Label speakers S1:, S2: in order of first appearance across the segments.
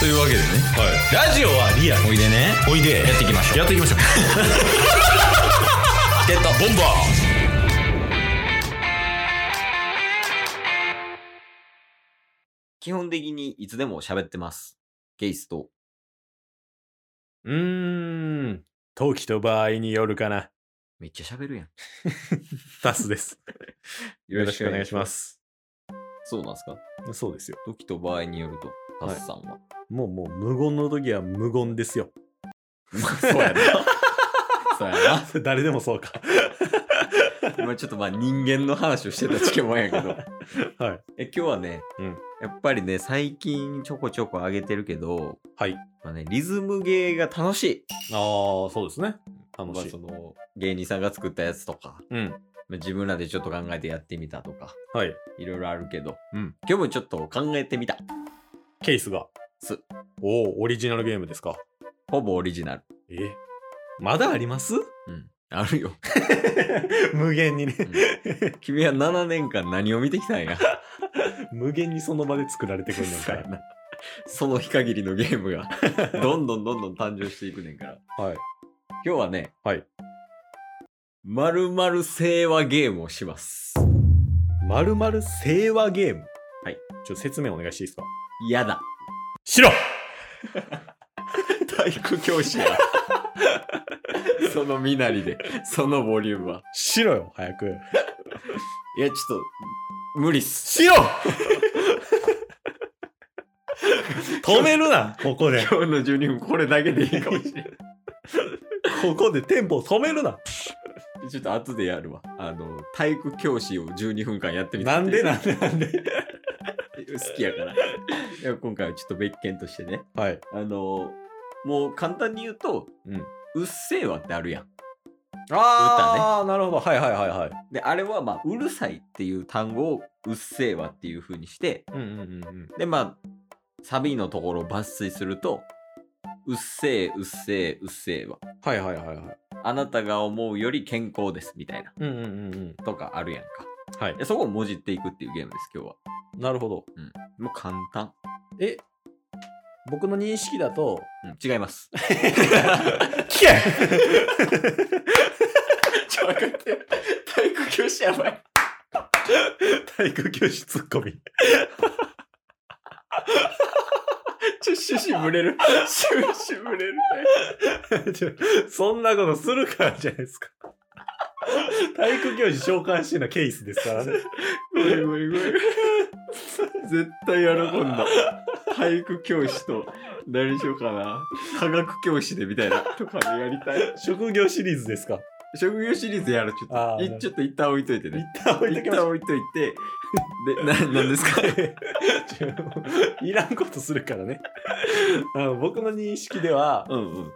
S1: というわけでね、ラジオはリアおいでね
S2: おいで
S1: やっていきましょう
S2: やっていきましょう
S1: ゲットボンバ
S3: 基本的にいつでも喋ってます。ゲイスと。
S2: うーん時と場合によるかな
S3: めっちゃ喋るやん。
S2: タスですよろしくお願いします
S3: そうなんすか
S2: そうですよ
S3: 時と場合によると、
S2: はい
S3: タスさんは。
S2: もうもう無言の時は無言ですよ
S3: まあそうやな。 そう や
S2: 誰でもそうか
S3: な。今ちょっとまあ人間の話をしてた時もやけど。
S2: はい
S3: え、今日はね、
S2: うん
S3: やっぱりね、最近ちょこちょこ上げてるけど、
S2: はい
S3: まあね、リズムゲーが楽しい。
S2: ああそうですね楽
S3: まあ
S2: しい、
S3: その芸人さんが作ったやつとか、
S2: うん
S3: まあ自分らでちょっと考えてやってみたとか、
S2: はい
S3: いろいろあるけど、
S2: うん
S3: 今日もちょっと考えてみた。
S2: ケースが
S3: す
S2: おおオリジナルゲームですか
S3: ほぼオリジナル。
S2: えまだあります
S3: うん。あるよ。
S2: 無限にね
S3: 君は7年間何を見てきたんや
S2: 無限にその場で作られてくるの
S3: そうや
S2: か
S3: なその日限りのゲー ムがどんどんどんどん誕生していくねんから
S2: はい
S3: 今日はね
S2: はい
S3: まるまる聖和ゲームをします
S2: まるまる聖和ゲーム
S3: はい
S2: ちょっと説明お願いしていいですか
S3: 嫌だ
S2: しろ
S3: 体育教師や その身なりでそのボリュームは
S2: しろよ早く
S3: いやちょっと無理っす
S2: しろ止めるなここ で
S3: 今日の12分これだけでいいかもしれない
S2: ここでテンポを止めるな
S3: ちょっと後でやるわあの体育教師を12分間やってみて
S2: なんでなんでなんで
S3: 好きやから。いや今回はちょっと別件としてね。
S2: はい
S3: あのーもう簡単に言うと、
S2: うん
S3: うっせぇわってあるやん。
S2: ああ、なるほどはいはいはいはい
S3: で、あれは、まあ、うるさいっていう単語をうっせぇわっていう風にして、
S2: うんうんうん
S3: で、まあ、サビのところを抜粋すると、うっせぇ、うっせぇ、うっせぇわ。
S2: はいはいはいはい
S3: あなたが思うより健康です、みたいな。
S2: うんうんうんうん
S3: とかあるやんか。
S2: はい
S3: でそこをもじっていくっていうゲームです、今日は。
S2: なるほど
S3: もう簡単。
S2: え僕の認識だと
S3: うん、違います。
S2: 聞け
S3: ちょ、分かってる。体育教師やばい。
S2: 体育教師ツッコミ
S3: ちょ、趣旨ぶれる。趣旨ぶれる。
S2: ちょ そんなことするからじゃないですか。 体育教師召喚してなケースですから ね。
S3: ごめんごめんごめん。絶対喜んだ。体育教師と、何しようかな。科学教師でみたいな。とかでやりたい。
S2: 職業シリーズですか。職
S3: 職業シリーズやる、ちょ
S2: あ
S3: っと。
S2: ー
S3: いちょっと一旦置いといてね。
S2: 旦置いとき
S3: 一
S2: まし
S3: 旦
S2: ょう
S3: 置いといて。で、な、なんです か
S2: ちょいらんことするから ね。あの僕の認識では、
S3: うんうん。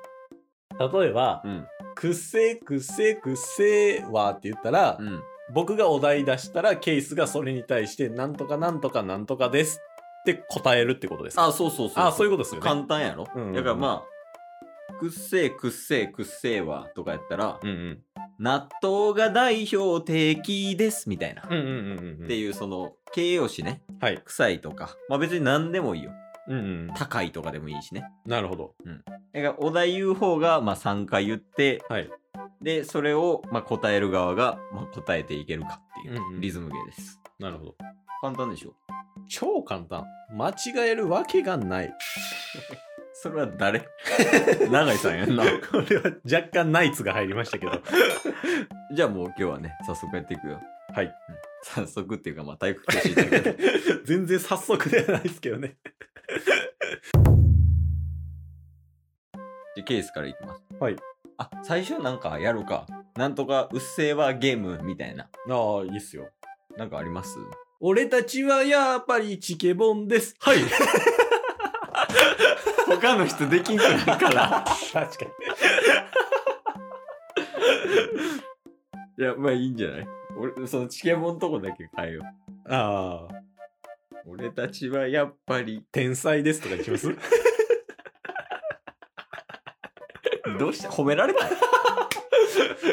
S2: 例えば、
S3: うん。
S2: くっせーくっせーくっせーわーって言ったら、
S3: うん。
S2: 僕がお題出したらケースがそれに対して、なんとかなんとかなんとかですって答えるってことですか。
S3: あ、そうそうそう
S2: あそういうことですよね
S3: 簡単やろ。
S2: うんうんうん
S3: だからまあ、くっせーくっせーくっせーはとかやったら、
S2: うんうん。
S3: 納豆が代表的ですみたいな。
S2: うんうんうんうんうん。
S3: っていうその形容詞ね
S2: はい。
S3: 臭いとかまあ別に何でもいいよ
S2: うんうん。
S3: 高いとかでもいいしね
S2: なるほど。
S3: だからお題言う方がまあ3回言って
S2: はい。
S3: でそれをまあ答える側がまあ答えていけるかってい
S2: うんう
S3: うんリズム芸です、
S2: なるほど。
S3: 簡単でしょ
S2: 超簡単間違えるわけがない
S3: それは誰 永井さんやんな
S2: これは若干ナイツが入りましたけど
S3: じゃあもう今日はね早速やっていくよ
S2: はい
S3: うん早速っていうかまあ体育教師 だけど
S2: 全然早速ではないですけどね
S3: でケースからいきます
S2: はい
S3: あ最初なんかやるかなんとかうっせぇわゲームみたいな
S2: ああいいっすよ
S3: なんかあります
S2: 俺たちはやっぱりチケボンですはい
S3: 他の人できんくないから
S2: 確かに
S3: いや、まあいいんじゃない俺、そのチケモンとこだけ変えよ
S2: ああ
S3: う。俺たちはやっぱり、
S2: 天才ですとか いきます
S3: どうして褒められた
S2: い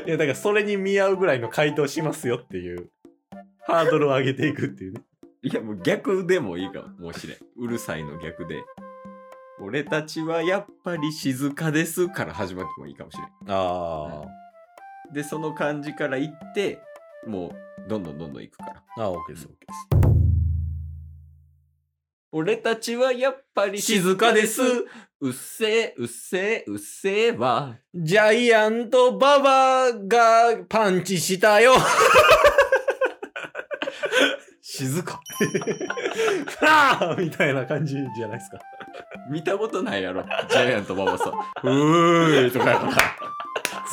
S2: やだからそれに見合うぐらいの回答しますよっていうハードルを上げていくっていうね
S3: いや、もう逆でもいいかもしれん。うるさいの逆で。俺たちはやっぱり静かですから始まってもいいかもしれん。
S2: あ
S3: で、その感じから行って、もう、どんどんどんどん行くから。
S2: あ。ああ、OK です、OK です。
S3: 俺たちはやっぱり静かです。うっせえ、うっせえ、うっせえは。
S2: ジャイアントババがパンチしたよ。
S3: 静か。
S2: ああみたいな感じじゃないですか。
S3: 見たことないやろ。ジャイアント馬場さん。うーいとかやから。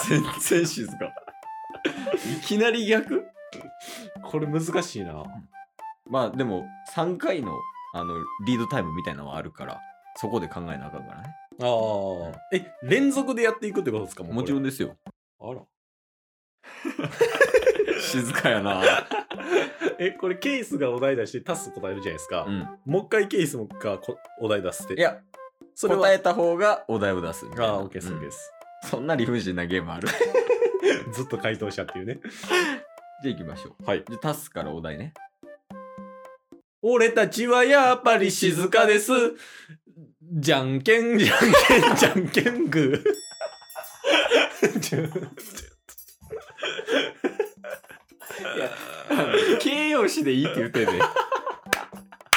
S3: 全然静か。いきなり逆
S2: これ難しいな。
S3: まあでも、3回の、あの、リードタイムみたいなのはあるから、そこで考えなあかんからね。
S2: ああ。え、連続でやっていくってことですかもうこ
S3: も
S2: れ
S3: ちろんですよ。
S2: あら。
S3: 静かやな。
S2: え、これケースがお題出してタス答えるじゃないですか。
S3: うん。
S2: もう一回ケースがこお題出すって。
S3: い、や、
S2: それは。
S3: 答えた方がお題を出すみたいな。
S2: ああ、OK です、
S3: う
S2: OK
S3: ん
S2: です。
S3: そんな理不尽なゲームある。
S2: ずっと回答者っていうね。
S3: じゃあ行きましょう。
S2: はい。
S3: じゃあ、タスからお題 ね。
S2: 俺たちはやっぱり静かです。じゃんけん、じゃんけん、じゃんけんぐー。 じゃん
S3: 形容詞でいいって言ってね。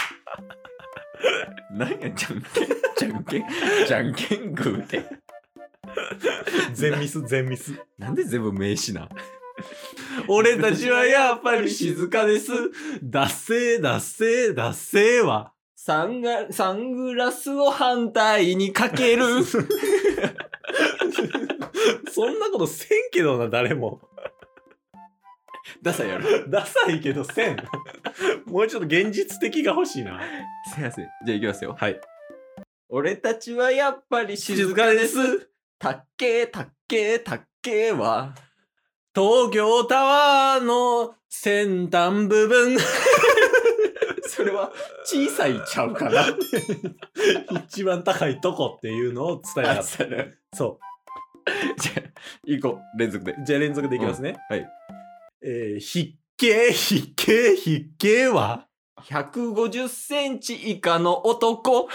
S3: なんや、じゃんけん、じゃんけん、じゃんけんぐーって。
S2: 全ミス、全ミス。
S3: なんで全部名詞なん
S2: 俺たちはやっぱり静かです。脱せ脱せ脱せは。
S3: サンガサングラスを反対にかけ る。
S2: そんなことせんけどな、誰も。
S3: ダサいやろ。
S2: ダサいけどせん。もうちょっと現実的が欲しいな。
S3: すいません。じゃあ行きますよ。
S2: はい。
S3: 俺たちはやっぱり静かです。たっけーたっけーたっけーは。
S2: 東京タワーの先端部分。
S3: それは小さいちゃうかな。
S2: 一番高いとこっていうのを伝えなかっ
S3: そうやな
S2: た。そ
S3: じゃあ、行こう。連続で。
S2: う。じゃあ連続でいきますね。
S3: うんはい。
S2: えー、筆形、筆形、筆形は
S3: 150センチ以下の男。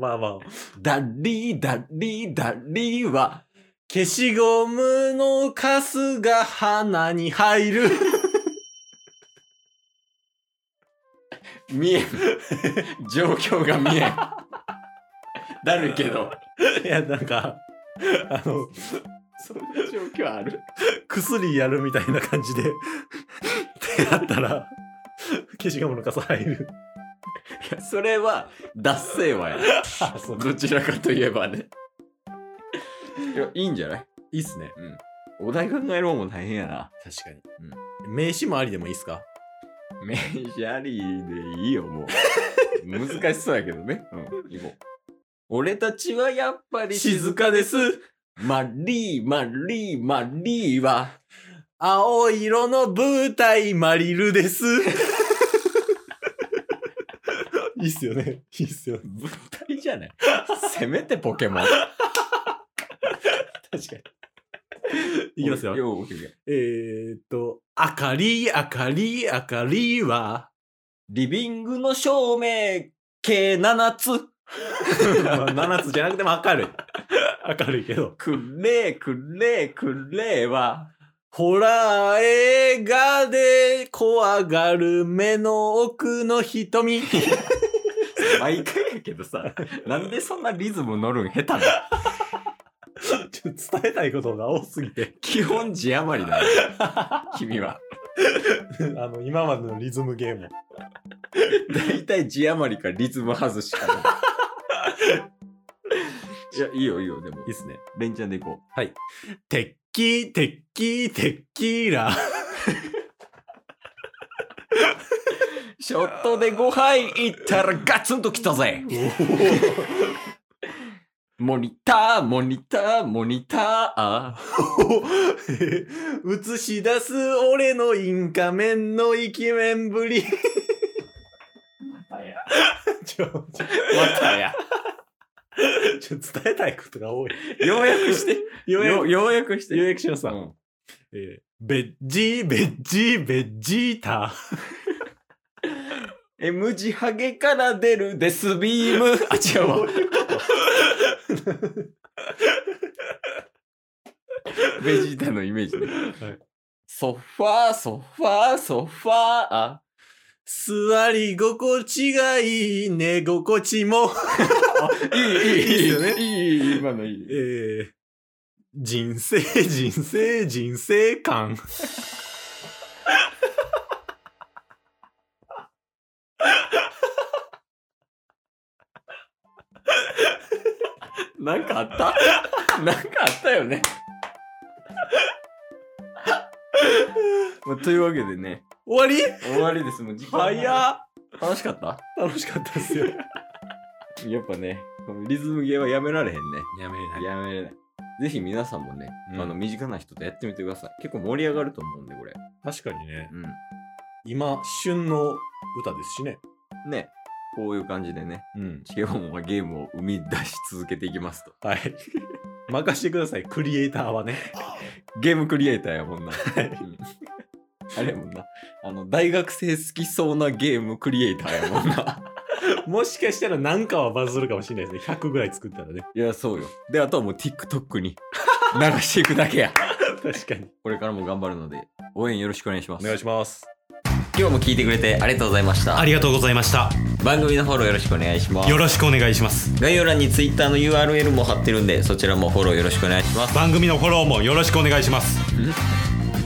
S2: まあまあ。
S3: ダリーダリーダリーは。
S2: 消しゴムのカスが鼻に入る。
S3: 見えん。状況が見えん。だるけど。
S2: いや、なんか、あの、
S3: そんな状況ある
S2: 薬やるみたいな感じで、手やったら、消しゴムのカス入る。
S3: いやそれは、脱せはや。
S2: あ、そう
S3: どちらかといえばね。いや、いいんじゃない
S2: いいっすね。
S3: お題考える方も大変やな。
S2: 確かに。名刺もありでもいいっすか
S3: メジャーリーでいいよ、 もう。難しそうやけどね。うん、行こう。俺たちはやっぱり静かです。マリー、マリー、マリーは。
S2: 青色の舞台マリルです。いいっすよね。いいっすよね。
S3: 物体じゃないせめてポケ モン。
S2: 確かに。いきますよ。
S3: よう、オッケーオッケー
S2: えー、っと、明かり、明かり、明かりは、
S3: リビングの照明、計7つ。
S2: まあ、7つじゃなくても明るい。明るいけど。
S3: くれ、くれ、くれは。
S2: ホラー映画で怖がる目の奥の瞳。
S3: 毎回やけどさ、なんでそんなリズム乗るん下手な
S2: 伝えたいことが多すぎて、
S3: 基本字余りだよ。君は。
S2: あの、今までのリズムゲーム。
S3: 大体字余りかリズム外しかない。いや、いいよいいよ、でも
S2: いい。っすね。
S3: レンチャンでいこう。
S2: 鉄器、鉄器、鉄器ら。
S3: ショットで5杯いったらガツンときたぜ モニター、モニター、モニター。
S2: 映し出す俺のインカ面のイケメンぶり。ちょ、ちょ、
S3: またや。
S2: ちょ、伝えたいことが多い。
S3: ようやくして。
S2: ようやく
S3: よようやくして。
S2: ようやくしました
S3: うん
S2: えーベッジー、ベッジー、ベッジータ。
S3: M 字ハゲから出るデスビーム。あ、違う わ。ベジータのイメージね。
S2: はい
S3: ソファー、ソファー、ソファー。あ
S2: 座り心地がいい、寝心地も。
S3: いい、いい、
S2: いいっす
S3: いい
S2: よね
S3: いい、いい、今のい
S2: え
S3: い。
S2: ー、人生、 人生、人生観。
S3: なんかあった なんかあったよね。まあというわけでね、
S2: 終わり
S3: 終わりです。もう時間も
S2: 早っ
S3: 楽しかった
S2: 楽しかったっすよ。
S3: やっぱね、このリズムゲーはやめられへんね。
S2: やめな。
S3: やめれない。ぜひ皆さんもね、
S2: うん
S3: あの身近な人とやってみてください。結構盛り上がると思うんで、これ。
S2: 確かにね。
S3: う
S2: 今、旬の歌ですしね。
S3: ん。ね、こういう感じでね、
S2: うん。
S3: チケボンはゲームを生み出し続けていきますと。
S2: はい。 任してください、クリエイターはね。
S3: ゲームクリエイターやもんな。うんあれやもんな。あの、大学生好きそうなゲームクリエイターやもんな。
S2: もしかしたら何かはバズるかもしれないですね。100ぐらい作ったらね。
S3: いや、そうよ。で、あとはもう TikTok に流していくだけや。
S2: 確かに。
S3: これからも頑張るので、応援よろしくお願いします。
S2: お願いします。
S3: 今日も聞いてくれてありがとうございました。
S1: りがとうございました
S3: 番組のフォローよろしくお願いします。
S1: ろしくお願いします
S3: 概要欄に Twitter の URL も貼ってるんでそちらもフォローよろしくお願いします
S1: 番組のフォローもよろしくお願いします